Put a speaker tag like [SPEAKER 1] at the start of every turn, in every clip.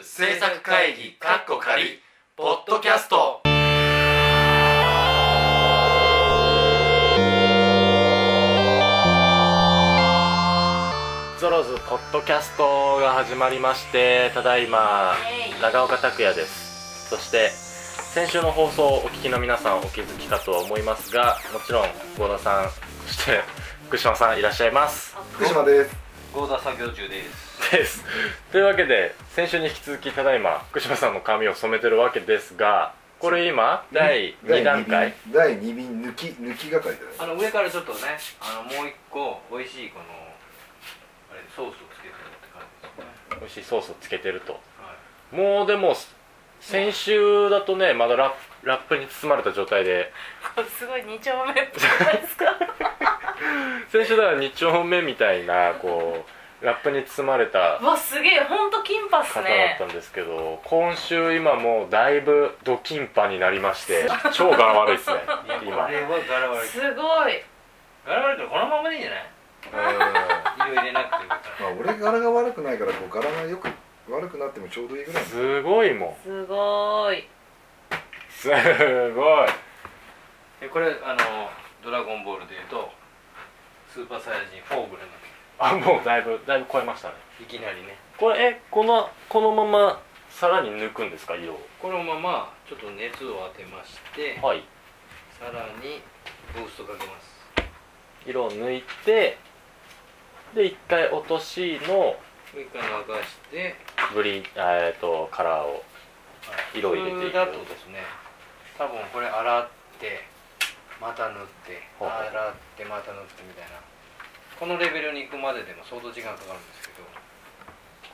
[SPEAKER 1] 制作会議かっこ仮ポッドキャスト
[SPEAKER 2] ゾロズポッドキャストが始まりましてただいま長岡拓也ですそして先週の放送をお聞きの皆さんお気づきかとは思いますがもちろん郷田さんそして福島さんいらっしゃいます
[SPEAKER 3] 福島です。
[SPEAKER 4] 合田作業中です
[SPEAKER 2] ですというわけで先週に引き続きただいま福島さんの髪を染めてるわけですがこれ今第2段階
[SPEAKER 3] 第2便抜き抜き係だよ。
[SPEAKER 4] あの上からちょっとねあのもう一個美味しいこのあれソースをつけてるって感じですね
[SPEAKER 2] 美味しいソースをつけてると
[SPEAKER 4] はい
[SPEAKER 2] もうでも先週だとねまだラッラップに包まれた状態です
[SPEAKER 5] ごい二丁目っぽくないで すか
[SPEAKER 2] 先週だから2丁目みたいなこうラップに包まれた
[SPEAKER 5] うわすげえほんと金髪っす
[SPEAKER 2] 方だっ
[SPEAKER 5] ね
[SPEAKER 2] たんですけど今週今もうだいぶドキンパになりまして超柄悪いですね
[SPEAKER 4] いや
[SPEAKER 2] 今
[SPEAKER 4] これは柄悪い
[SPEAKER 5] すごい
[SPEAKER 4] 柄悪いからこのままでいいんじゃ
[SPEAKER 2] う
[SPEAKER 4] ない色入れなくていいか
[SPEAKER 3] ま
[SPEAKER 4] ら
[SPEAKER 3] あ俺柄が悪くないからこう柄がよく悪くなってもちょうどいいぐらい
[SPEAKER 2] ん。すごいも
[SPEAKER 5] すごい
[SPEAKER 2] んすごい
[SPEAKER 4] えこれあのドラゴンボールでいうとスーパーサイヤ人4ぐらいになって
[SPEAKER 2] あもうだいぶだいぶ超えましたね
[SPEAKER 4] るいきなりね
[SPEAKER 2] これえこのこのままさらに抜くんですか色を
[SPEAKER 4] このままちょっと熱を当てまして
[SPEAKER 2] はい
[SPEAKER 4] さらにブーストかけます
[SPEAKER 2] 色を抜いてで一回落としの
[SPEAKER 4] もう一回流して
[SPEAKER 2] ブリあえっとカラーを色を入れてい
[SPEAKER 4] 普
[SPEAKER 2] く
[SPEAKER 4] 通だとですね多分これ洗ってまた塗って
[SPEAKER 2] ほうほ
[SPEAKER 4] 洗
[SPEAKER 2] う
[SPEAKER 4] ってまた塗ってみたいなこのレベルに行くまででも相当時間かかるんですけど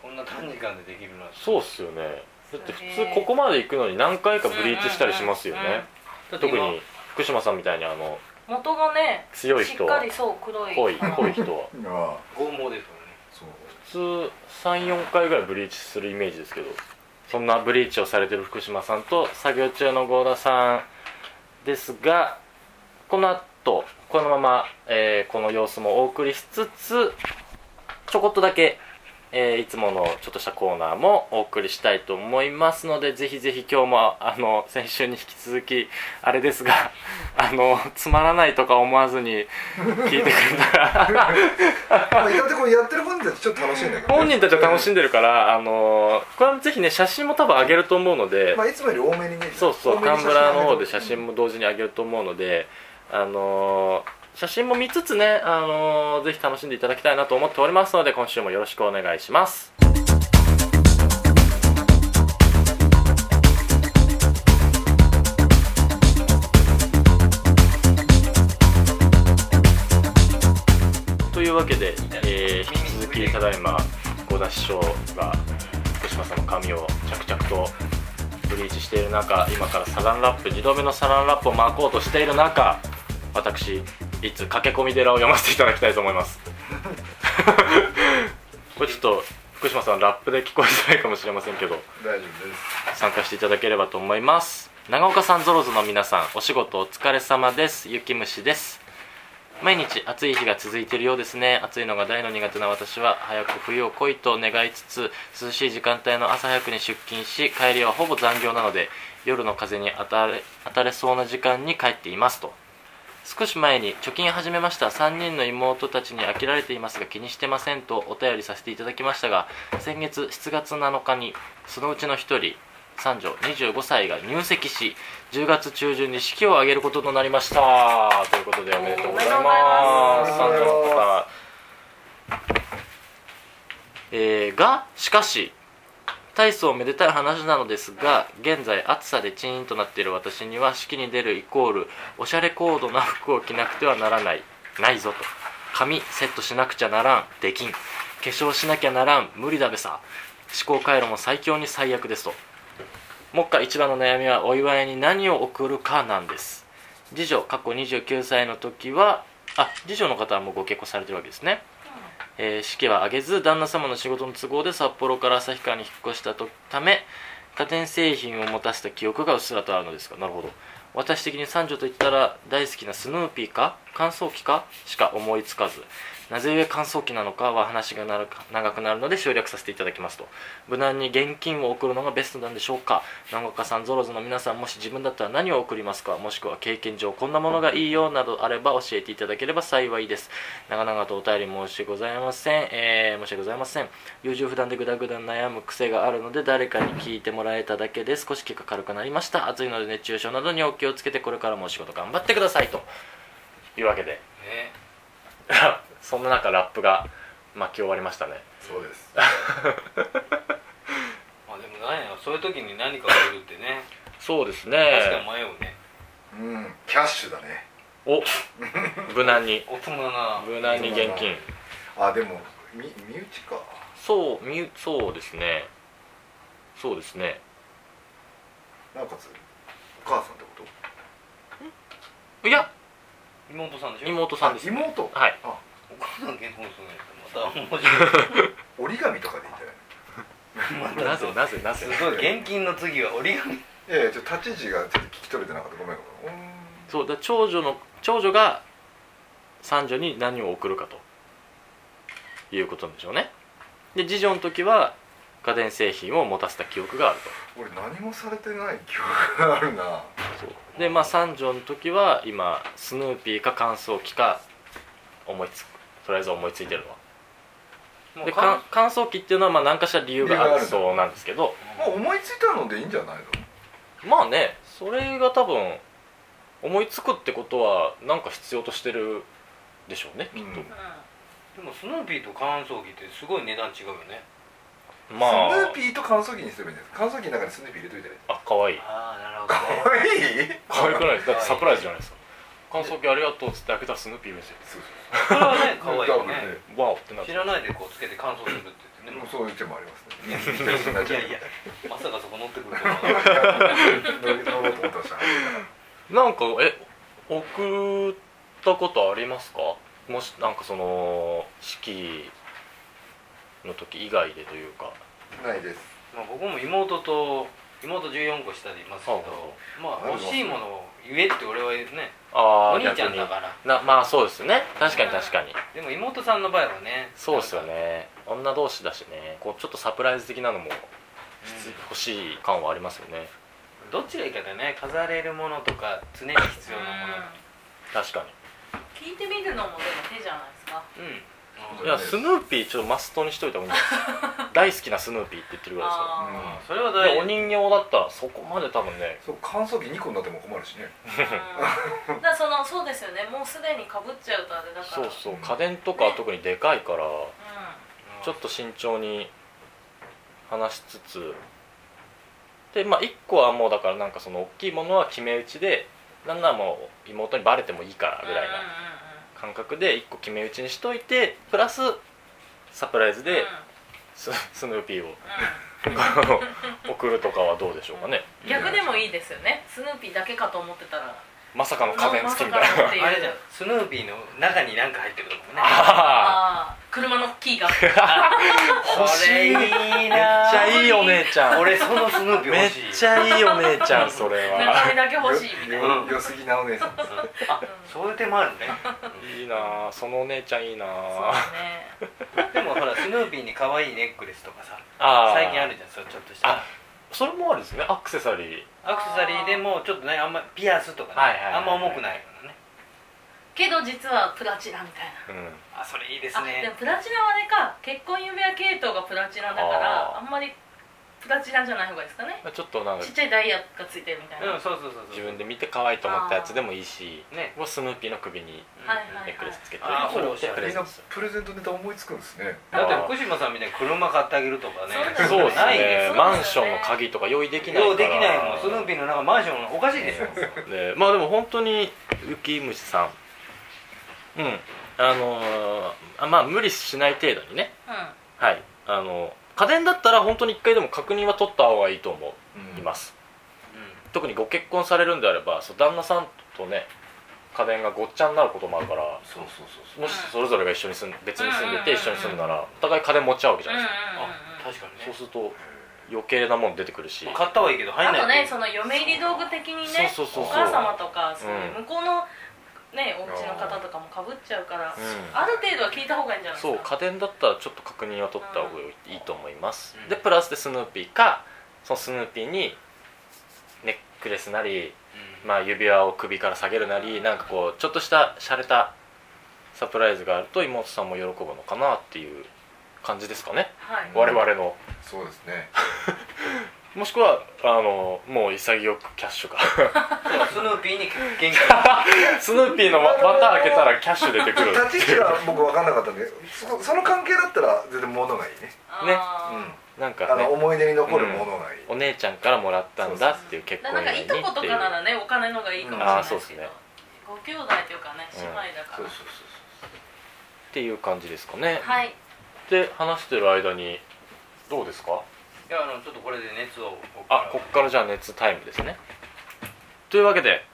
[SPEAKER 4] こんな短時間でできるのは
[SPEAKER 2] そうっすよねだって
[SPEAKER 5] そう
[SPEAKER 2] 普
[SPEAKER 5] ね
[SPEAKER 2] 通ここまで行くのに何回かブリーチしたりしますよね、
[SPEAKER 5] うんうんうんうん
[SPEAKER 4] だって
[SPEAKER 2] 特
[SPEAKER 4] 今
[SPEAKER 2] に福島さんみたいにあの
[SPEAKER 5] 元がね
[SPEAKER 2] 強い
[SPEAKER 5] しっ
[SPEAKER 2] 人
[SPEAKER 5] か
[SPEAKER 2] は
[SPEAKER 5] りそう黒い
[SPEAKER 2] 濃い濃い人は
[SPEAKER 3] ああ、
[SPEAKER 4] 剛毛ですからね
[SPEAKER 3] そう。
[SPEAKER 2] 普通34回ぐらいブリーチするイメージですけどそんなブリーチをされてる福島さんと作業中の郷田さんですがこの後このまま、えーこの様子もお送りしつつちょこっとだけ、えーいつものちょっとしたコーナーもお送りしたいと思いますのでぜひぜひ今日もあの先週に引き続きあれですがあのつまらないとか思わずに聞いてくれたら
[SPEAKER 3] まあ、いかんてこうやってる本人たちちょっと楽しいんだけど、
[SPEAKER 2] 本人たちは楽し
[SPEAKER 3] い。
[SPEAKER 2] んでるからあのこれもぜひね写真も多分上げると思うので
[SPEAKER 3] まあいつもより多めにね。
[SPEAKER 2] そうそう
[SPEAKER 3] 多めに写
[SPEAKER 2] カン
[SPEAKER 3] 真
[SPEAKER 2] ブラの方で写
[SPEAKER 3] 上
[SPEAKER 2] 真も同時に上げると思うのであの写真も見つつね、あのぜひ楽しんでいただきたいなと思っておりますので今週もよろしくお願いしますというわけで、えー引き続きただいま郷田師匠が福島さんの髪を着々とブリーチしている中今からサランラップ2度目のサランラップを巻こうとしている中私いつ駆け込み寺を読ませていただきたいと思います これちょっと福島さんラップで聞こえづらいかもしれませんけど
[SPEAKER 3] げて大丈夫です。
[SPEAKER 2] 参加していただければと思います長岡さんゾロゾの皆さんお仕事お疲れ様です雪虫です毎日暑い日が続いているようですね暑いのが大の苦手な私は早く冬を来いと願いつつ涼しい時間帯の朝早くに出勤し帰りはほぼ残業なので夜の風に当たれ当たれそうな時間に帰っていますと少し前に貯金始めました3人の妹たちに飽きられていますが気にしてませんとお便りさせていただきましたが先月7月7日にそのうちの1人三女25歳が入籍し10月中旬に式を挙げることとなりましたということでおめでとうございます
[SPEAKER 3] お
[SPEAKER 2] 三
[SPEAKER 3] めで
[SPEAKER 2] 女
[SPEAKER 3] とう
[SPEAKER 2] の
[SPEAKER 3] ございま
[SPEAKER 2] 方えーがしかし大層めでたい話なのですが現在暑さでチーンとなっている私には式に出るイコールおしゃれ高度な服を着なくてはならないないぞと髪セットしなくちゃならんできん化粧しなきゃならん無理だべさ思考回路も最強に最悪ですと目下一番の悩みはお祝いに何を贈るかなんです次女過去29歳の時はあ次女の方はもうご結婚されてるわけですねえー式は挙げず旦那様の仕事の都合で札幌から旭川に引っ越したとため家電製品を持たせた記憶がうっすらとあるのですがなるほど私的に三女といったら大好きなスヌーピーか乾燥機かしか思いつかずなぜゆえ乾燥機なのかは話がなるか長くなるので省略させていただきますと無難に現金を送るのがベストなんでしょうか南岡さんゾロズの皆さんもし自分だったら何を送りますかもしくは経験上こんなものがいいよなどあれば教えていただければ幸いです長々とお便り申しございません、えー申し訳ございません優柔不断でぐだぐだ悩む癖があるので誰かに聞いてもらえただけで少し気が軽くなりました暑いので熱中症などにお気をつけてこれからもお仕事頑張ってくださいというわけで
[SPEAKER 4] ね
[SPEAKER 2] そんな中ラップが巻き終わりましたね
[SPEAKER 3] そうです
[SPEAKER 4] まあでも何やそういう時に何かを得るってね
[SPEAKER 2] そうです
[SPEAKER 4] 確かに
[SPEAKER 2] ね
[SPEAKER 4] 迷うね
[SPEAKER 3] うんキャッシュだね
[SPEAKER 2] お無難に
[SPEAKER 4] 大人な
[SPEAKER 2] 無難に現金
[SPEAKER 3] あでもみ身内か
[SPEAKER 2] そうみゆそうですねそうですね
[SPEAKER 3] なおかつお母さんってこと
[SPEAKER 2] いや
[SPEAKER 4] 妹さんでしょ
[SPEAKER 2] 妹さんです
[SPEAKER 3] あ妹
[SPEAKER 2] はい
[SPEAKER 3] あ
[SPEAKER 4] お母さん結婚するんやったらまた面白い
[SPEAKER 3] 折り紙とかでいいんじゃない
[SPEAKER 2] なぜなぜなぜ
[SPEAKER 4] すごい現金の次は折り紙
[SPEAKER 3] いやいやちょっと立ち位置がちょっと聞き取れてなかったごめんごめんう
[SPEAKER 2] そうだ長女の長女が三女に何を送るかということなんでしょうねで次女の時は家電製品を持たせた記憶がある
[SPEAKER 3] ーん俺何もされてない記憶があるな
[SPEAKER 2] とそうでまあ三女の時は今スヌーピーか乾燥機か思いつくとりあえず思いついてるのは
[SPEAKER 4] も
[SPEAKER 2] で
[SPEAKER 4] う
[SPEAKER 2] か
[SPEAKER 4] か
[SPEAKER 2] ん乾燥機っていうのはまあ何かしら理由がある
[SPEAKER 3] 理由がある
[SPEAKER 2] そうなんですけど
[SPEAKER 3] もう思いついたのでいいんじゃないの
[SPEAKER 2] まあねそれが多分思いつくってことは何か必要としてるでしょうねきっと、
[SPEAKER 3] うん
[SPEAKER 4] でもスヌーピーと乾燥機ってすごい値段違うよね
[SPEAKER 2] まあ
[SPEAKER 3] スヌーピーと乾燥機にすればいいんです乾燥機の中にスヌーピー入れといたらいい
[SPEAKER 2] あ可愛い
[SPEAKER 4] ああなるほ
[SPEAKER 3] か
[SPEAKER 4] ど、ね、
[SPEAKER 3] わいい
[SPEAKER 2] 可愛くないですかだってサプライズじゃないですか乾燥機ありがとうっつって開けたらスヌーピーいるんですよ
[SPEAKER 3] そう
[SPEAKER 4] これはね可
[SPEAKER 3] そう
[SPEAKER 4] 愛いよね
[SPEAKER 2] わおってなって
[SPEAKER 4] 知らないでこうつけて乾燥するって言ってね
[SPEAKER 3] もうそういう手もありますね。い
[SPEAKER 4] いやいやまさかそこ乗ってくるとは
[SPEAKER 3] 乗ろうと思ってました。
[SPEAKER 2] なんかえ送ったことありますかもしなんかその式の時以外でというか
[SPEAKER 3] ないです。
[SPEAKER 4] まあ僕も妹と妹14個下でいますけど
[SPEAKER 2] は
[SPEAKER 4] まあ
[SPEAKER 3] はい
[SPEAKER 4] 欲しいものを言えって俺は言うね
[SPEAKER 2] あ
[SPEAKER 4] お
[SPEAKER 2] あ
[SPEAKER 4] 兄ちゃんだから
[SPEAKER 2] なまあそうですね確かに確かに
[SPEAKER 4] でも妹さんの場合はね
[SPEAKER 2] そうですよね女同士だしねこうちょっとサプライズ的なのも欲しい感はありますよね
[SPEAKER 4] うんどっちがいいかだよね飾れるものとか常に必要なも
[SPEAKER 2] 確か
[SPEAKER 5] 聞いてみるのもでも手じゃないですか
[SPEAKER 4] のうん
[SPEAKER 3] うん
[SPEAKER 2] にいやスヌーピーちょっとマストにしといた方がいいんじゃないです か大好きなスヌーピーって言ってるぐらいですから
[SPEAKER 5] あ
[SPEAKER 4] うん
[SPEAKER 3] う
[SPEAKER 4] それは大
[SPEAKER 2] で
[SPEAKER 4] 事
[SPEAKER 2] お人形だったらそこまで多分ね
[SPEAKER 3] ん。そう乾燥機二個になっても困るしね。
[SPEAKER 5] ーうんだからそのそうですよねもうすでにかぶっちゃうとあれだから
[SPEAKER 2] そうそう家電とかは特にでかいから
[SPEAKER 5] う
[SPEAKER 2] ちょっと慎重に話しつつでまあ1個はもうだからなんかその大きいものは決め打ちでなんならもう妹にバレてもいいから
[SPEAKER 5] ん
[SPEAKER 2] ぐらい
[SPEAKER 5] うんうん
[SPEAKER 2] な感覚で1個決め打ちにしといてプラスサプライズ
[SPEAKER 5] うんうん
[SPEAKER 2] でス,、スヌーピーを 送るとかはどうでしょうかね
[SPEAKER 5] うん逆でもいいですよねスヌーピーだけかと思って たら
[SPEAKER 2] まさかの家電付きみたいな
[SPEAKER 5] まさかのっていう
[SPEAKER 4] あれじゃんスヌーピーの中に何か入ってるとかもね
[SPEAKER 2] あ
[SPEAKER 5] ああ車のキーが
[SPEAKER 4] これいいなめっち
[SPEAKER 2] あめっちゃいいお姉ちゃん
[SPEAKER 4] 俺そのスヌーピー
[SPEAKER 2] めっ
[SPEAKER 4] 欲しい
[SPEAKER 2] ちゃいいお姉ちゃんそれ
[SPEAKER 5] 名
[SPEAKER 2] は
[SPEAKER 5] 前だけ欲しいみたいな
[SPEAKER 3] よよ良すぎなお姉さん。
[SPEAKER 4] あそういう手もあるね
[SPEAKER 2] いいなあそのお姉ちゃんいいな
[SPEAKER 5] そう
[SPEAKER 2] あ
[SPEAKER 5] ね
[SPEAKER 4] でもほらスヌーピーに可愛いネックレスとかさ
[SPEAKER 2] あー
[SPEAKER 4] 最近あるじゃんそうちょっとした
[SPEAKER 2] あそれもあるんですねアクセサリー
[SPEAKER 4] アクセサリーでもちょっとねあんまピアスとかね
[SPEAKER 2] はいはいはいはい
[SPEAKER 4] あんま重くないからね
[SPEAKER 5] けど実はプラチナみたいな
[SPEAKER 2] うん
[SPEAKER 4] あそれいいです
[SPEAKER 5] あで
[SPEAKER 4] ね
[SPEAKER 5] もプラチナはあれか結婚指輪系統がプラチナだから
[SPEAKER 2] あー
[SPEAKER 5] あんまりプラチナじゃない方がいいですかね
[SPEAKER 2] まあちょっとなんか
[SPEAKER 5] ちっちゃいダイヤがついてるみたいな、
[SPEAKER 4] うんそうそうそうそう
[SPEAKER 2] 自分で見て可愛いと思ったやつでもいいし
[SPEAKER 4] ね
[SPEAKER 2] もうスヌーピーの首に
[SPEAKER 4] うん
[SPEAKER 5] はいはい
[SPEAKER 2] ネックレスつけて
[SPEAKER 4] あーそれおしゃ
[SPEAKER 2] プ
[SPEAKER 3] み
[SPEAKER 4] れ
[SPEAKER 2] レ
[SPEAKER 3] ん
[SPEAKER 2] ゼ
[SPEAKER 3] な
[SPEAKER 2] ントする
[SPEAKER 3] プレゼントネタ思いつくんですね。
[SPEAKER 4] だって福島さんみたいに車買ってあげるとかね
[SPEAKER 5] そう
[SPEAKER 2] そう
[SPEAKER 5] で
[SPEAKER 2] ですす
[SPEAKER 5] ねない
[SPEAKER 2] ね
[SPEAKER 5] です
[SPEAKER 2] マンションの鍵とか用意できないから
[SPEAKER 4] ようできないもんスヌーピーの中マンションおかしいでしょ
[SPEAKER 2] でまあでも本当に雪虫さんうんあのーあまあ無理しない程度にね
[SPEAKER 5] う
[SPEAKER 2] はいあの家電だったら本当に一回でも確認は取った方がいいと思
[SPEAKER 3] うん
[SPEAKER 2] います、特にご結婚されるんであればそう旦那さんとね家電がごっちゃになることもあるから
[SPEAKER 3] そうそうそうそう。
[SPEAKER 2] もしそれぞれが一緒に住ん別に住んでて
[SPEAKER 5] うん
[SPEAKER 2] 一緒に住むならお互い家電持ち合うわけじゃ
[SPEAKER 5] ん
[SPEAKER 2] な
[SPEAKER 5] うん
[SPEAKER 2] いですか、
[SPEAKER 4] あ確かに
[SPEAKER 2] そう
[SPEAKER 4] ね
[SPEAKER 2] すると余計なもん出てくるし、
[SPEAKER 4] 買ったはいいけど入ん
[SPEAKER 5] あ
[SPEAKER 4] ない
[SPEAKER 5] とねその嫁入り道具的にね
[SPEAKER 2] そうそうそうそう
[SPEAKER 5] お母様とかそういう向こうの、ねお家の方とかもかぶっちゃうから、
[SPEAKER 2] うん
[SPEAKER 5] ある程度は聞いた方がいいんじゃない
[SPEAKER 2] そう
[SPEAKER 5] ですか
[SPEAKER 2] 家電だったらちょっと確認を取った方がいいと思います、
[SPEAKER 4] うん
[SPEAKER 2] でプラスでスヌーピーかそのスヌーピーにネックレスなり、
[SPEAKER 4] うん
[SPEAKER 2] まあ、指輪を首から下げるなりなんかこうちょっとした洒落たサプライズがあると妹さんも喜ぶのかなっていう感じですかね、
[SPEAKER 5] はい
[SPEAKER 2] 我々の
[SPEAKER 3] そうですね
[SPEAKER 2] もしくはあのもう潔くキャッシュか
[SPEAKER 4] そうスヌーピーに 現金
[SPEAKER 2] スヌーピー のわ綿開けたらキャッシュ出て くる
[SPEAKER 3] 立ち位置は僕分かんなかったんでそその関係だったら全然物がいいね、
[SPEAKER 5] あー
[SPEAKER 2] なんか、ね、
[SPEAKER 3] あの思い出に残るものがいい、
[SPEAKER 2] お姉ちゃんからもらったんだっていう結
[SPEAKER 5] だ
[SPEAKER 2] 婚
[SPEAKER 5] からなん
[SPEAKER 2] 祝
[SPEAKER 5] か
[SPEAKER 2] いにって
[SPEAKER 5] いと
[SPEAKER 2] いう
[SPEAKER 5] ことかならねお金のがいいかもしれ
[SPEAKER 2] うん
[SPEAKER 5] な
[SPEAKER 2] あー
[SPEAKER 5] い
[SPEAKER 2] そう
[SPEAKER 5] で
[SPEAKER 2] っ
[SPEAKER 5] す
[SPEAKER 2] す
[SPEAKER 5] けど、
[SPEAKER 2] ね
[SPEAKER 5] ご兄弟というかね姉妹だから、
[SPEAKER 3] そうそうそ
[SPEAKER 2] っていう感じですかね、
[SPEAKER 5] はい
[SPEAKER 2] で話してる間にどうですか
[SPEAKER 4] いやあのちょっとこれで熱を
[SPEAKER 2] あこっからじゃあ熱タイムですねというわけで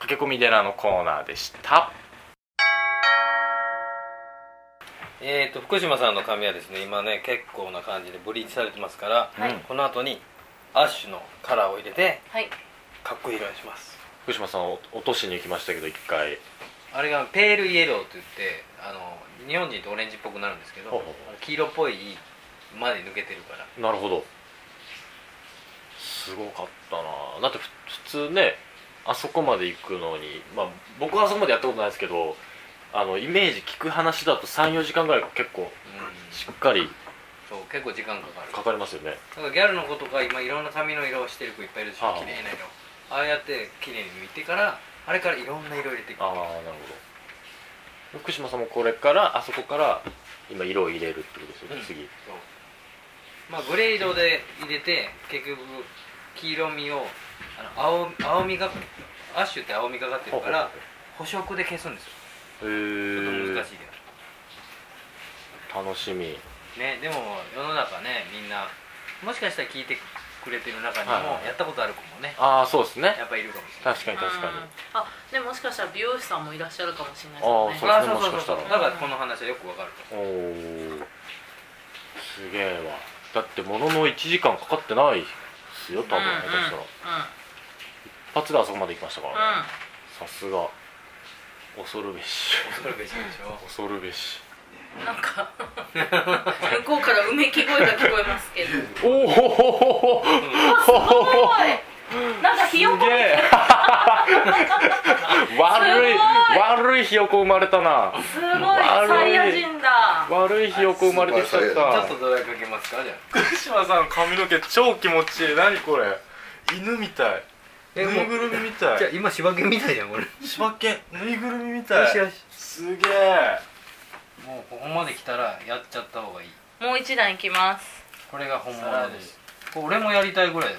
[SPEAKER 2] 駆け込み寺のコーナーでした
[SPEAKER 4] えー、と福島さんの髪はですね今ね結構な感じでブリーチされてますから、
[SPEAKER 5] はい
[SPEAKER 2] うん
[SPEAKER 4] この後にアッシュのカラーを入れて
[SPEAKER 5] はい
[SPEAKER 4] かっこいい色にします
[SPEAKER 2] 福島さんを落としに行きましたけど一回
[SPEAKER 4] あれがペールイエローといってあの日本人ってオレンジっぽくなるんですけど
[SPEAKER 2] ほうほうほう
[SPEAKER 4] あの黄色っぽいまで抜けてるから
[SPEAKER 2] なるほどすごかったなだってふ普通ねあそこまで行くのにまあ僕はあそこまでやったことないですけどあのイメージ聞く話だと34時間ぐらい結構
[SPEAKER 4] うん
[SPEAKER 2] しっかり
[SPEAKER 4] そう結構時間かかる
[SPEAKER 2] かかりますよね
[SPEAKER 4] なんかギャルの子とか今いろんな髪の色をしてる子いっぱいいるでしょ
[SPEAKER 2] ああ
[SPEAKER 4] 綺麗な色ああやって綺麗に抜いてからあれからいろんな色入れていく
[SPEAKER 2] ああなるほど福島さんもこれからあそこから今色を入れるってことですよね、
[SPEAKER 4] うん
[SPEAKER 2] 次
[SPEAKER 4] そうまあグレー色で入れて結局黄色みをあの青青みがアッシュって青みがかってるから補色で消すんですよちょっと
[SPEAKER 2] へー
[SPEAKER 4] 難しいけど、
[SPEAKER 2] 楽しみ
[SPEAKER 4] ねでも世の中ねみんなもしかしたら聞いてくれてる中に
[SPEAKER 2] はい
[SPEAKER 4] も
[SPEAKER 2] はい
[SPEAKER 4] やったことある子もね
[SPEAKER 2] ああそうですね
[SPEAKER 4] やっぱいるかもしれない
[SPEAKER 2] 確かに確かに
[SPEAKER 5] うんあでもしかしたら美容師さんもいらっしゃるかもしれない
[SPEAKER 2] あー
[SPEAKER 5] です
[SPEAKER 2] そ
[SPEAKER 5] よ
[SPEAKER 2] う
[SPEAKER 4] あ
[SPEAKER 2] です
[SPEAKER 5] ね
[SPEAKER 2] ね
[SPEAKER 4] そうそうそ
[SPEAKER 2] もしか
[SPEAKER 4] う
[SPEAKER 2] し
[SPEAKER 4] だ
[SPEAKER 5] たら
[SPEAKER 4] からこの話はよくわかる
[SPEAKER 2] おおすげえわだってものの1時間かかってないっすよ多分下手したら一発であそこまで行きましたか
[SPEAKER 5] うん
[SPEAKER 2] らねさすが恐るべし
[SPEAKER 4] 恐るべしでしょ
[SPEAKER 2] 恐るべし
[SPEAKER 5] うんうんなんか向こうからう めき声が聞こえます けどす
[SPEAKER 2] おおほほほ
[SPEAKER 5] ご
[SPEAKER 2] ほ
[SPEAKER 5] いなんかひよこ
[SPEAKER 2] すげえ悪い
[SPEAKER 5] す
[SPEAKER 2] 悪いひよこ生まれたな
[SPEAKER 5] すごいサイヤ人だ
[SPEAKER 2] 悪いひよこ生まれてきちゃっ
[SPEAKER 4] ちょ
[SPEAKER 2] た
[SPEAKER 4] っとドライかけますかじゃあ
[SPEAKER 2] 福島さん髪の毛超気持ちいい何これ犬みたい
[SPEAKER 4] えもう
[SPEAKER 2] るみみた
[SPEAKER 4] じゃあ今柴犬みたいじゃん俺よ
[SPEAKER 2] 柴犬ぬいぐるみみ
[SPEAKER 4] しよし
[SPEAKER 2] すげえ
[SPEAKER 4] もうここまで来たらやっちゃった方がいい
[SPEAKER 5] もう一段いきます
[SPEAKER 4] これが本
[SPEAKER 2] さら
[SPEAKER 4] 物
[SPEAKER 2] に
[SPEAKER 4] ですこれ俺もやりたいぐらいだ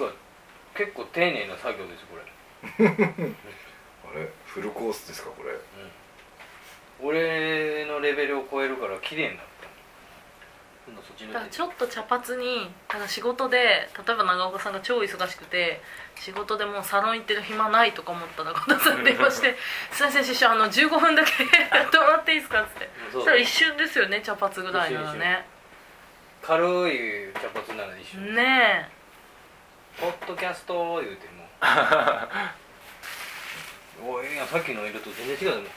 [SPEAKER 4] もん結構丁寧な作業ですこれ
[SPEAKER 3] うあれフルコースですかこれ
[SPEAKER 4] 俺のレベルを超えるから綺麗になった今度そっちの
[SPEAKER 5] だからちょっと茶髪にただ仕事で例えば長岡さんが超忙しくて仕事でもうサロン行ってる暇ないとか思ったら小田さんに電話して「すいません師匠あの15分だけ やってもらっていいですか?」っつってそ
[SPEAKER 4] そう
[SPEAKER 5] したら一瞬ですよね茶髪ぐらいならね
[SPEAKER 4] 軽い茶髪なら一緒
[SPEAKER 5] ね
[SPEAKER 4] ポッドキャストを言うて もおいいやさっきの色と全然違うでも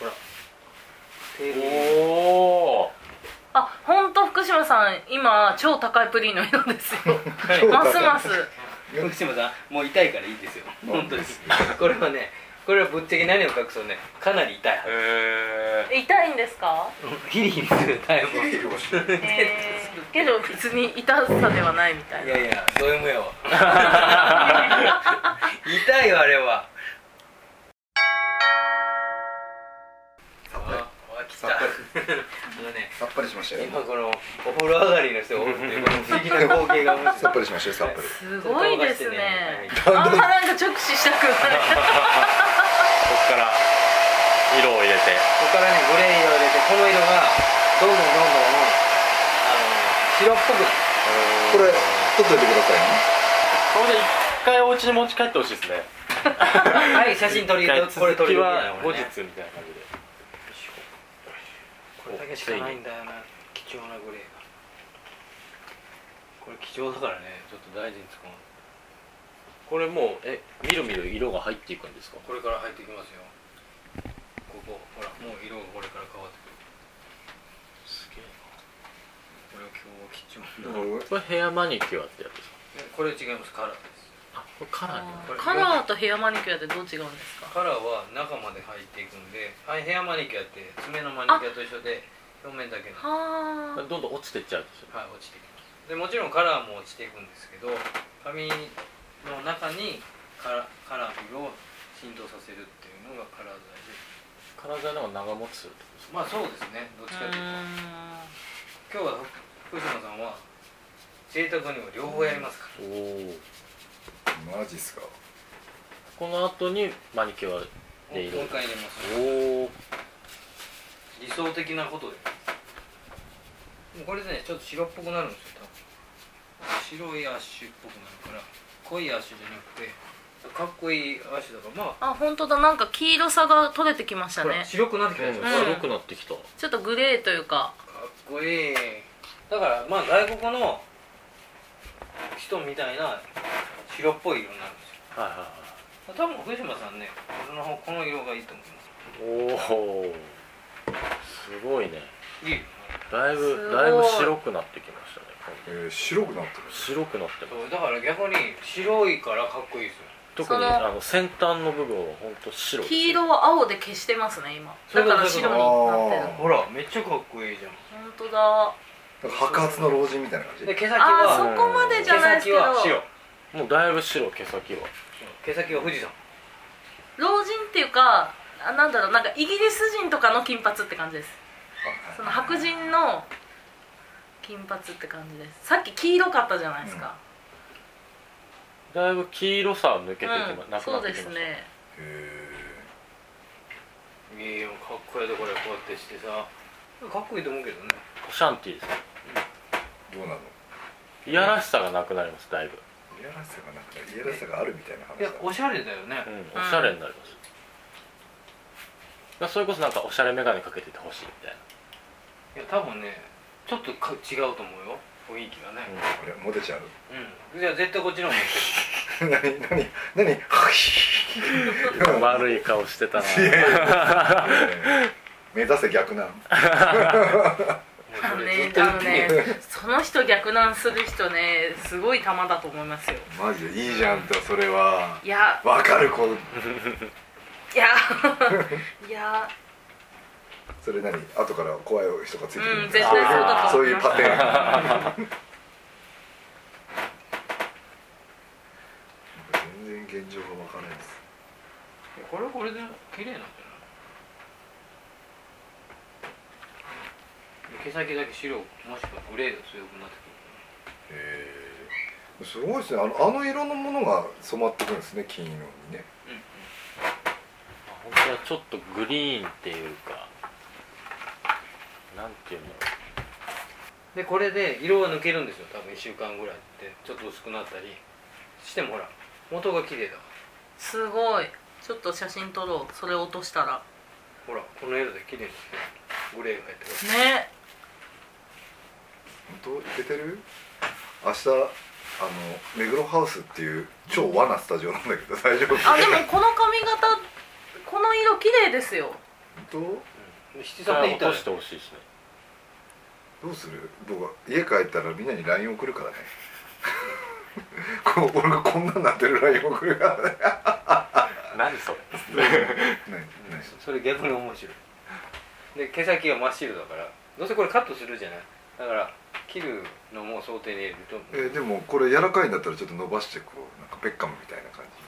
[SPEAKER 4] ほらテール
[SPEAKER 2] おお
[SPEAKER 5] えあ本当福島さん今超高いプリンの色です よますます
[SPEAKER 4] 福島さんもう痛いからいいですよ本当です
[SPEAKER 3] そうで
[SPEAKER 4] これはねこれはぶっちゃけ何を隠そうねかなり痛いはず
[SPEAKER 2] え
[SPEAKER 5] 痛いんですか
[SPEAKER 4] ヒリヒリするタイプ
[SPEAKER 3] いい色してる
[SPEAKER 5] えーけど別に痛さではないみたい
[SPEAKER 4] いや
[SPEAKER 5] な
[SPEAKER 4] いやそういうもん やわ痛いよあれは
[SPEAKER 3] さっぱり
[SPEAKER 4] あ来
[SPEAKER 3] さっぱ
[SPEAKER 4] もうね
[SPEAKER 3] りさっぱりしましたよ
[SPEAKER 4] 今このお風呂上がりの人がおるっていうこの不思議な光景が面白い
[SPEAKER 3] さっぱりしましたよさっぱり
[SPEAKER 5] すごいですね
[SPEAKER 4] ち
[SPEAKER 5] あんまなんか直視したくない
[SPEAKER 2] こっから色を入れて
[SPEAKER 4] ここからねグレー色を入れてこの色がどんどんどんどんあの白っぽく
[SPEAKER 3] これ取っといてくださいね
[SPEAKER 2] これで一回お家に持ち帰ってほしいですね
[SPEAKER 4] はい写真撮り
[SPEAKER 2] 一回
[SPEAKER 4] これ撮
[SPEAKER 2] 続
[SPEAKER 4] りみ
[SPEAKER 2] き
[SPEAKER 4] たいな
[SPEAKER 2] は
[SPEAKER 4] こ
[SPEAKER 2] 後日
[SPEAKER 4] れね
[SPEAKER 2] みたいな感じで
[SPEAKER 4] これだけしかないんだよな貴重なグレーがこれ貴重だからねちょっと大事に使う
[SPEAKER 2] これもうえみるみる色が入っていくんですか
[SPEAKER 4] これから入っていきますよここほらもう色がこれから変わってくる
[SPEAKER 2] すげえ
[SPEAKER 4] これを今日切っちま
[SPEAKER 3] でも
[SPEAKER 4] うんだ
[SPEAKER 2] なこれヘアマニキュアってやつ
[SPEAKER 4] え
[SPEAKER 2] ですか
[SPEAKER 4] これ違いますカラーです
[SPEAKER 2] あこれ カラーに
[SPEAKER 4] これ
[SPEAKER 5] カラーとヘアマニキュアってどう違うんですか
[SPEAKER 4] カラーは中まで入っていくんではいヘアマニキュアって爪のマニキュアと一緒で表面だけのは
[SPEAKER 5] は
[SPEAKER 2] どんどん落ちてっちゃうんですよ
[SPEAKER 4] い落ちてきますでもちろんカラーも落ちていくんですけど髪の中にカラカラーを浸透させるっていうのがカラー剤で
[SPEAKER 2] 体の方が長持ちするってことですか
[SPEAKER 4] まあそうですねどっちかというと
[SPEAKER 5] あ
[SPEAKER 4] 今日は福島さんは贅沢にも両方やりますか
[SPEAKER 2] おお
[SPEAKER 3] マジっすか
[SPEAKER 2] この後にマニキュア
[SPEAKER 4] ら、もう
[SPEAKER 2] で色
[SPEAKER 4] 一回入れます
[SPEAKER 2] おお
[SPEAKER 4] 理想的なことでもうこれでねちょっと白っぽくなるんですよ多分白いアッシュっぽくなるから濃いアッシュじゃなくてかっこいいアッシュだからまあ
[SPEAKER 5] あ本当だなんか黄色さが取れてきました
[SPEAKER 4] ほら
[SPEAKER 5] ね
[SPEAKER 4] 白くなってきたでしょ、
[SPEAKER 5] ん
[SPEAKER 4] かっ
[SPEAKER 2] 白くなってきた
[SPEAKER 5] ちょっとグレーというか
[SPEAKER 4] こいいだからまあ外国の人みたいな白っぽい色になるんです
[SPEAKER 2] はいはいは
[SPEAKER 4] よ多分福島さんねこのこの色がいいと思いま
[SPEAKER 2] いおおすごいね
[SPEAKER 4] すいいよ
[SPEAKER 2] だい
[SPEAKER 5] す
[SPEAKER 2] ぶ
[SPEAKER 5] ごい
[SPEAKER 2] だいぶ白くなってきましたね
[SPEAKER 3] えー白くなってる
[SPEAKER 2] 白くなってます
[SPEAKER 4] そうだから逆に白いからかっこいいですよ
[SPEAKER 2] 特に
[SPEAKER 5] その
[SPEAKER 2] あの先端の部分は本当白です
[SPEAKER 5] 黄色を青で消してますね今
[SPEAKER 4] そ
[SPEAKER 5] だ
[SPEAKER 4] れ
[SPEAKER 5] か
[SPEAKER 4] が
[SPEAKER 5] ら白になってる
[SPEAKER 3] あ
[SPEAKER 5] 本
[SPEAKER 4] ほらめっちゃかっこいいじゃん
[SPEAKER 5] 当だ
[SPEAKER 3] なんか白髪の老人みたいな感じ
[SPEAKER 4] で毛先
[SPEAKER 5] あ
[SPEAKER 4] は
[SPEAKER 5] ーそこまでじ
[SPEAKER 4] 毛
[SPEAKER 5] ゃないです
[SPEAKER 4] 先
[SPEAKER 5] けど
[SPEAKER 4] は白
[SPEAKER 2] もうだいぶ白毛先は
[SPEAKER 4] 毛先は富士山
[SPEAKER 5] 老人っていうかあなんだろうなんかイギリス人とかの金髪って感じですその白人の金髪って感じですさっき黄色かったじゃないですか、
[SPEAKER 2] だいぶ黄色さは抜けて
[SPEAKER 5] う
[SPEAKER 2] き
[SPEAKER 5] ん
[SPEAKER 2] ま、なく
[SPEAKER 5] そ
[SPEAKER 2] な
[SPEAKER 5] う
[SPEAKER 2] って
[SPEAKER 5] で
[SPEAKER 2] きますした
[SPEAKER 5] ね
[SPEAKER 4] いいよかっこいいでこれこうやってしてさかっこいいと思うけどね
[SPEAKER 2] オシャンティーですね
[SPEAKER 3] どうなの
[SPEAKER 2] いやらしさがなくなりますだいぶ
[SPEAKER 3] いやらしさがなくていやらしさがあるみたいな話
[SPEAKER 4] い
[SPEAKER 3] だ
[SPEAKER 4] やおしゃれだよね
[SPEAKER 2] う、んおしゃれになります、だからそれこそなんかおしゃれ眼鏡かけててほしいみたい
[SPEAKER 4] いや多分ねちょっとか違うと思うよ雰囲気がね
[SPEAKER 3] これモテちゃう
[SPEAKER 4] うん、いや絶対こっちの方がいい
[SPEAKER 3] 何何何い
[SPEAKER 2] な、悪い顔して たな
[SPEAKER 3] やいやいや目指せ逆な
[SPEAKER 5] あの
[SPEAKER 4] もうこれず
[SPEAKER 5] ね
[SPEAKER 4] っと言
[SPEAKER 5] あ
[SPEAKER 4] っ
[SPEAKER 5] の
[SPEAKER 4] てる
[SPEAKER 5] ねその人逆難する人ねすごい玉だと思いますよ
[SPEAKER 3] マジでいいじゃんとそれはい
[SPEAKER 5] や
[SPEAKER 3] わかる子
[SPEAKER 5] いや いや
[SPEAKER 3] それ何後から怖い人がついてくる
[SPEAKER 5] うん絶対そうだと
[SPEAKER 3] そう
[SPEAKER 5] 思い
[SPEAKER 3] いう
[SPEAKER 5] ます
[SPEAKER 3] パターン全然現状がわからないです
[SPEAKER 4] これはこれで綺麗なんじゃない毛先だけ白もしくはグレーが強くなって
[SPEAKER 3] へえすごいですねあのあの色のものが染まってくるんですね金色にね
[SPEAKER 4] くる、うん
[SPEAKER 2] 本当はちょっとグリーンっていうかなんていうんだろ
[SPEAKER 4] でこれで色は抜けるんですよ多分1週間ぐらいってちょっと薄くなったりしてもほら元が綺麗だから
[SPEAKER 5] すごいちょっと写真撮ろうそれ落としたら
[SPEAKER 4] ほらこの色で綺麗にしてグレーが入ってます
[SPEAKER 5] ね
[SPEAKER 3] 本当いけてる明日あの目黒ハウスっていう超和なスタジオなんだけど 大丈夫
[SPEAKER 5] あでもこの髪型この色綺麗ですよ
[SPEAKER 3] 本
[SPEAKER 4] 七
[SPEAKER 2] う
[SPEAKER 4] 三でい
[SPEAKER 2] 落
[SPEAKER 4] たら
[SPEAKER 2] としてほしいですね
[SPEAKER 3] 当どうする僕は家帰ったらみんなに LINE 送るからね こ俺がこんなんなってる LINE 送るからね
[SPEAKER 2] 何それ
[SPEAKER 3] ないない
[SPEAKER 4] それ逆に面白いで毛先が真っ白だからどうせこれカットするじゃないだから切るのも想定に入れると思う
[SPEAKER 3] えーでもこれ柔らかいんだったらちょっと伸ばしてこうなんかベッカムみたいな感じ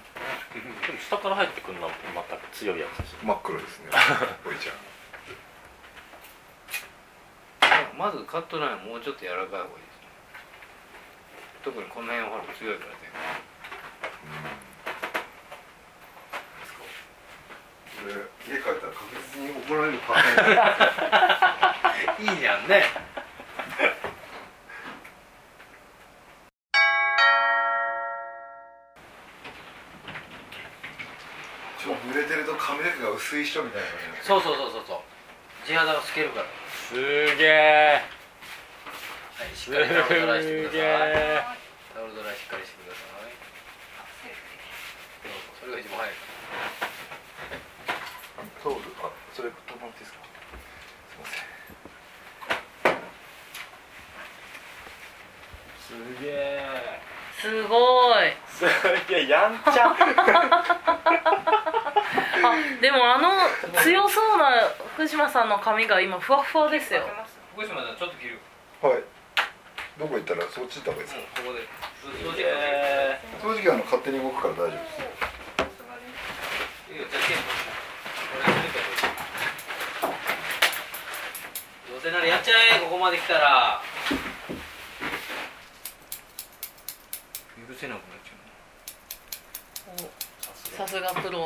[SPEAKER 2] でも下から入ってくるのは全く強いやつです
[SPEAKER 3] 真っ黒ですねおいちゃん
[SPEAKER 4] まずカットラインもうちょっと柔らかい方がいいです特にこの辺はほら強いからね
[SPEAKER 3] これ家帰ったら確実に怒られるパターンだ
[SPEAKER 4] いいじゃんね
[SPEAKER 3] ちょっと濡れてると髪の毛が薄いっしょみたいな感
[SPEAKER 4] そうそうそうそうそう地肌が透けるから
[SPEAKER 2] すげえ
[SPEAKER 4] はい、しっ
[SPEAKER 2] す
[SPEAKER 4] かりタオルドライしてくださ
[SPEAKER 2] げ
[SPEAKER 4] い。
[SPEAKER 2] え
[SPEAKER 4] タオルドライしっかりしてください。そうそれが一番早
[SPEAKER 3] じそう
[SPEAKER 4] い。
[SPEAKER 3] あそれ
[SPEAKER 2] え
[SPEAKER 5] すごい
[SPEAKER 2] それいややんちゃ
[SPEAKER 5] あでもあの強そうな福島さんの髪が今ふわふわですよ
[SPEAKER 4] 福島さんちょっと切る
[SPEAKER 3] はいどこ行ったらそっち行った方がいいです
[SPEAKER 4] も
[SPEAKER 3] か
[SPEAKER 4] うここで掃除機
[SPEAKER 2] え
[SPEAKER 3] 正直あの勝手に動くから大丈夫です
[SPEAKER 4] いいよじゃあ切るこれやっといた方がいいどうせならやっちゃえここまで来たら許せなくなっちゃう
[SPEAKER 5] おさすがプロ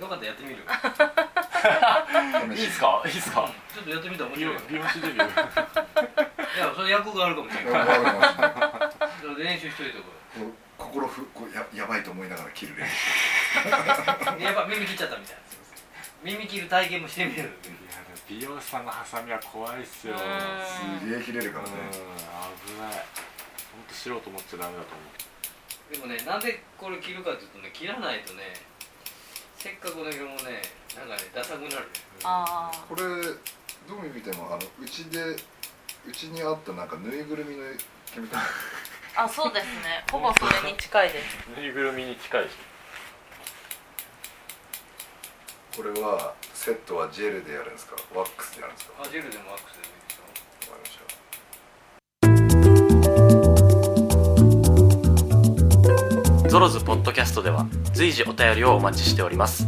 [SPEAKER 4] よかったらやってみ る
[SPEAKER 2] ーいいっすかいいっすか
[SPEAKER 4] ちょっとやってみたら面
[SPEAKER 2] 美
[SPEAKER 4] 白
[SPEAKER 2] 容
[SPEAKER 4] いか
[SPEAKER 2] 美容師デビュー
[SPEAKER 4] らいやそれ役があるかもしれ
[SPEAKER 3] わ
[SPEAKER 4] ない
[SPEAKER 3] かりました
[SPEAKER 4] ちょっと練習しといてこ
[SPEAKER 3] こう心ふこうややばいと思いながら切る練習
[SPEAKER 4] れやっぱ耳切っちゃったみたいな耳切る体験もしてみる
[SPEAKER 6] いやでも美容師さんのハサミは怖いっすよ
[SPEAKER 5] う
[SPEAKER 6] うん
[SPEAKER 5] ーん
[SPEAKER 3] すげえひれるからね
[SPEAKER 6] 危ないほんと素人持っちゃダメだと思う
[SPEAKER 4] でもねなんでこれ切るかっていうとね切らないとねせっかくの毛もねなんかねダサくなるね
[SPEAKER 5] あ
[SPEAKER 3] これどう見てもあのうちでうちにあったなんかぬいぐるみの毛みたいな
[SPEAKER 5] ああそうですねほぼそれに近いです
[SPEAKER 2] ぬいぐるみに近いし
[SPEAKER 3] これはセットはジェルでやるんですかワックスでやるんですかわ
[SPEAKER 4] あジェルでもアクセルでもいいでしょ
[SPEAKER 3] かりました
[SPEAKER 2] ゾロズポッドキャストでは随時お便りをお待ちしております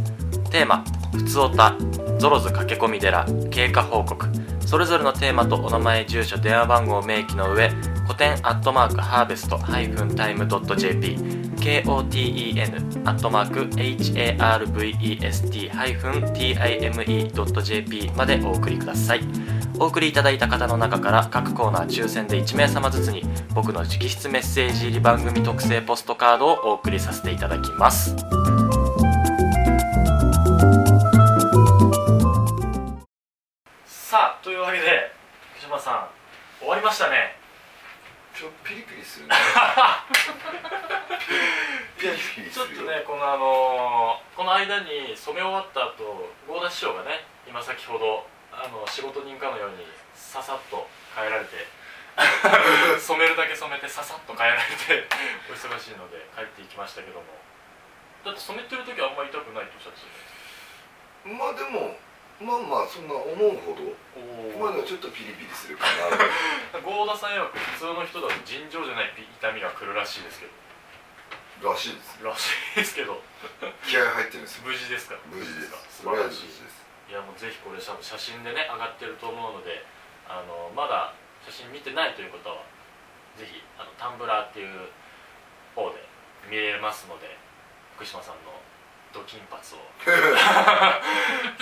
[SPEAKER 2] テーマ「ふつおた」「ゾロズ駆け込み寺」「経過報告」それぞれのテーマとお名前住所電話番号を明記の上古典アットマークハーベストハイフンタイムドット JP KOTEN アットマーク HARVEST ハイフン TIME ドット JP までお送りくださいお送りいただいた方の中から各コーナー抽選で1名様ずつに僕の直筆メッセージ入り番組特製ポストカードをお送りさせていただきますさあというわけで福島さん終わりましたね
[SPEAKER 3] ちょっとピリピリするねピリピリ
[SPEAKER 2] ち
[SPEAKER 3] す
[SPEAKER 2] ょっ
[SPEAKER 3] る
[SPEAKER 2] と
[SPEAKER 3] よ
[SPEAKER 2] ねこのあのーこの間に染め終わった後合田師匠がね今先ほどあの仕事人かのようにささっと帰られて染めるだけ染めてささっと帰られてお忙しいので帰っていきましたけどもだって染めてる時はあんまり痛くないとおっしゃって
[SPEAKER 3] まあでもまあまあそんな思うほど
[SPEAKER 2] たじゃ
[SPEAKER 3] まあでも
[SPEAKER 2] ないです
[SPEAKER 3] ちょっとピリピリするかな
[SPEAKER 2] か合田さん曰く普通の人だと尋常じゃない痛みが来るらしいですけど
[SPEAKER 3] らしいです
[SPEAKER 2] らしいですけど
[SPEAKER 3] 気合入ってるんですよ
[SPEAKER 2] 無事ですか
[SPEAKER 3] 無事ですそ
[SPEAKER 2] 素
[SPEAKER 3] れは
[SPEAKER 2] 晴ら
[SPEAKER 3] 無
[SPEAKER 2] し
[SPEAKER 3] 事
[SPEAKER 2] い
[SPEAKER 3] です
[SPEAKER 2] いやもうぜひこれ多分写真でね上がってると思うのであのまだ写真見てないという方はぜひあのタンブラーっていう方で見れますので福島さんのド金髪を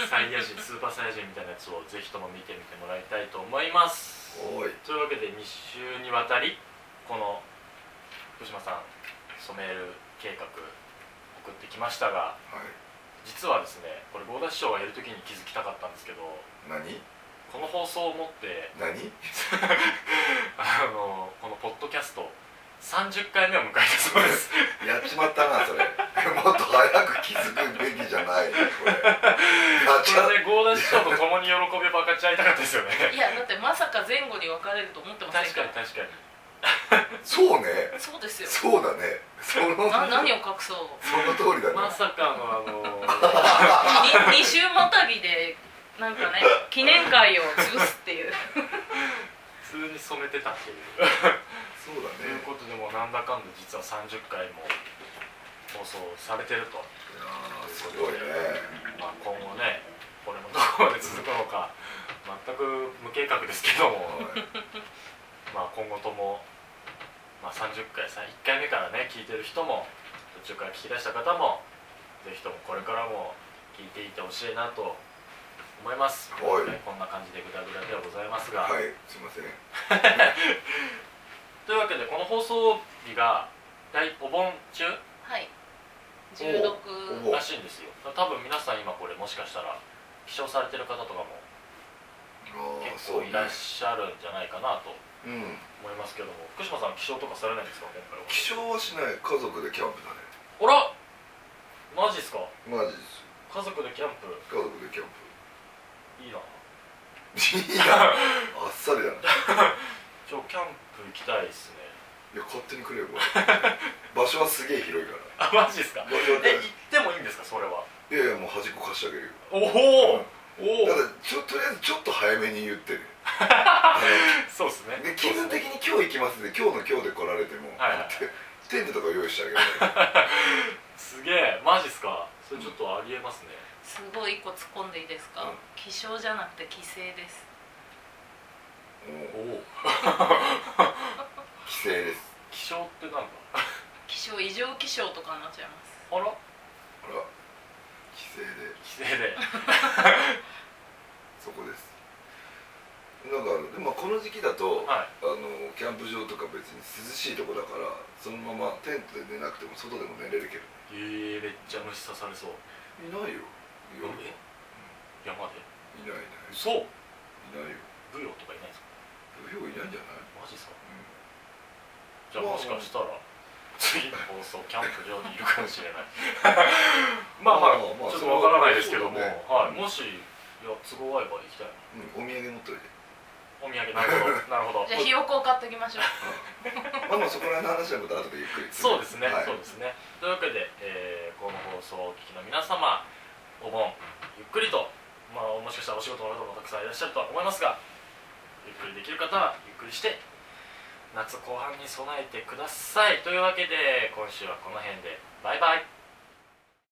[SPEAKER 2] サイヤ人スーパーサイヤ人みたいなやつをぜひとも見てみてもらいたいと思います
[SPEAKER 3] おーい
[SPEAKER 2] というわけで2週にわたりこの福島さん染める計画送ってきましたが
[SPEAKER 3] はい
[SPEAKER 2] 実はですねこれ合田師匠がやるときに気づきたかったんですけど
[SPEAKER 3] 何
[SPEAKER 2] この放送をもって
[SPEAKER 3] 何
[SPEAKER 2] あのこのポッドキャスト30回目を迎えたそうです
[SPEAKER 3] やっちまったなそれもっと早く気づくべきじゃないこれやっちゃ
[SPEAKER 2] これね合田師匠と共に喜びを分かち合いたかったですよね
[SPEAKER 5] いやだってまさか前後に分かれると思ってません
[SPEAKER 2] 確かに確かに
[SPEAKER 3] そうね
[SPEAKER 5] そうですよ
[SPEAKER 3] そうだねその
[SPEAKER 5] な何を隠そう
[SPEAKER 3] その通りだね
[SPEAKER 2] まさかのあの
[SPEAKER 5] 2, 週またぎでなんかね記念会を潰すっていう
[SPEAKER 2] 普通に染めてたっていう
[SPEAKER 3] そうだ
[SPEAKER 2] という
[SPEAKER 3] ね
[SPEAKER 2] ことでもうなんだかんだ実は30回も放送されてると
[SPEAKER 3] いやーすごいね
[SPEAKER 2] まあ、今後ねこれもどこまで続くのか全く無計画ですけども、
[SPEAKER 3] はい
[SPEAKER 2] まあ、今後とも、まあ、30回さ1回目からね聞いてる人も途中から聞き出した方もぜひともこれからも聞いていってほしいなと思います、
[SPEAKER 3] はい
[SPEAKER 2] ねこんな感じでグダグダではございますが、
[SPEAKER 3] はいすいません
[SPEAKER 2] というわけでこの放送日が大お盆中
[SPEAKER 5] はい
[SPEAKER 3] お
[SPEAKER 5] 16
[SPEAKER 2] らしいんですよ多分皆さん今これもしかしたら起床されてる方とかも
[SPEAKER 3] ああ
[SPEAKER 2] 結
[SPEAKER 3] そう
[SPEAKER 2] 構
[SPEAKER 3] ね
[SPEAKER 2] いらっしゃるんじゃないかなと
[SPEAKER 3] うん
[SPEAKER 2] 思いますけども福島さん起床とかされないんですか今回は
[SPEAKER 3] 起床はしない家族でキャンプだね
[SPEAKER 2] あらマジっすか
[SPEAKER 3] マジです
[SPEAKER 2] 家族でキャンプ
[SPEAKER 3] よ家族でキャンプ
[SPEAKER 2] いいない
[SPEAKER 3] やあっさりだな
[SPEAKER 2] ちょキャンプ行きたいですね
[SPEAKER 3] いや勝手に来れよこれ場所はすげえ広いから
[SPEAKER 2] あマジですかえ
[SPEAKER 3] いや
[SPEAKER 2] 行
[SPEAKER 3] いや
[SPEAKER 2] ってもいいんですかそれはい
[SPEAKER 3] やいやもう端っこ貸してあげるよ
[SPEAKER 2] おおお
[SPEAKER 3] た
[SPEAKER 2] お
[SPEAKER 3] だちょとりあえずちょっと早めに言ってねあ
[SPEAKER 2] そうですね
[SPEAKER 3] ので気分的に今日行きますんで今日の今日で来られても、
[SPEAKER 2] はいはい
[SPEAKER 3] テントとか用意してあげるから
[SPEAKER 2] すげえマジっすかそれちょっとありえますね、
[SPEAKER 5] すごい一個突っ込んでいいですか、
[SPEAKER 3] うん
[SPEAKER 5] 気象じゃなくて気性です
[SPEAKER 3] もう
[SPEAKER 2] おお
[SPEAKER 3] 帰省です
[SPEAKER 2] 気象ってなんだ
[SPEAKER 5] 気象異常気象とかになっちゃいます
[SPEAKER 2] あら
[SPEAKER 3] あら帰省で
[SPEAKER 2] 規制で
[SPEAKER 3] そこですなんかでもこの時期だと、
[SPEAKER 2] はい
[SPEAKER 3] あのキャンプ場とか別に涼しいとこだからそのままテントで寝なくても外でも寝れるけど
[SPEAKER 2] えー、めっちゃ虫刺されそう
[SPEAKER 3] いないよ夜はい
[SPEAKER 2] え山で
[SPEAKER 3] ないいない
[SPEAKER 2] そう
[SPEAKER 3] いないよ
[SPEAKER 2] ブヨとかいないんですか
[SPEAKER 3] よういないんじゃない、
[SPEAKER 2] マジっすか
[SPEAKER 3] うん
[SPEAKER 2] じゃあもしかしたら次の放送キャンプ場にいるかもしれないまあまあ、
[SPEAKER 3] まあまあ
[SPEAKER 2] ちょっとわからないですけども、
[SPEAKER 3] そうだね
[SPEAKER 2] はい、もしいや都合合えば行きたいな
[SPEAKER 3] うん、お土産持っといて
[SPEAKER 2] お土産なるほ どなるほど
[SPEAKER 5] じゃあひよこを買ってきましょう
[SPEAKER 3] まあまあそこら辺の話はまた後でゆっくり
[SPEAKER 2] そうですね、
[SPEAKER 3] はい
[SPEAKER 2] そうですねというわけで、えーこの放送をお聞きの皆様お盆ゆっくりと、まあ、もしかしたらお仕事の方もたくさんいらっしゃるとは思いますがゆっくりできる方はゆっくりして夏後半に備えてくださいというわけで今週はこの辺でバイバイ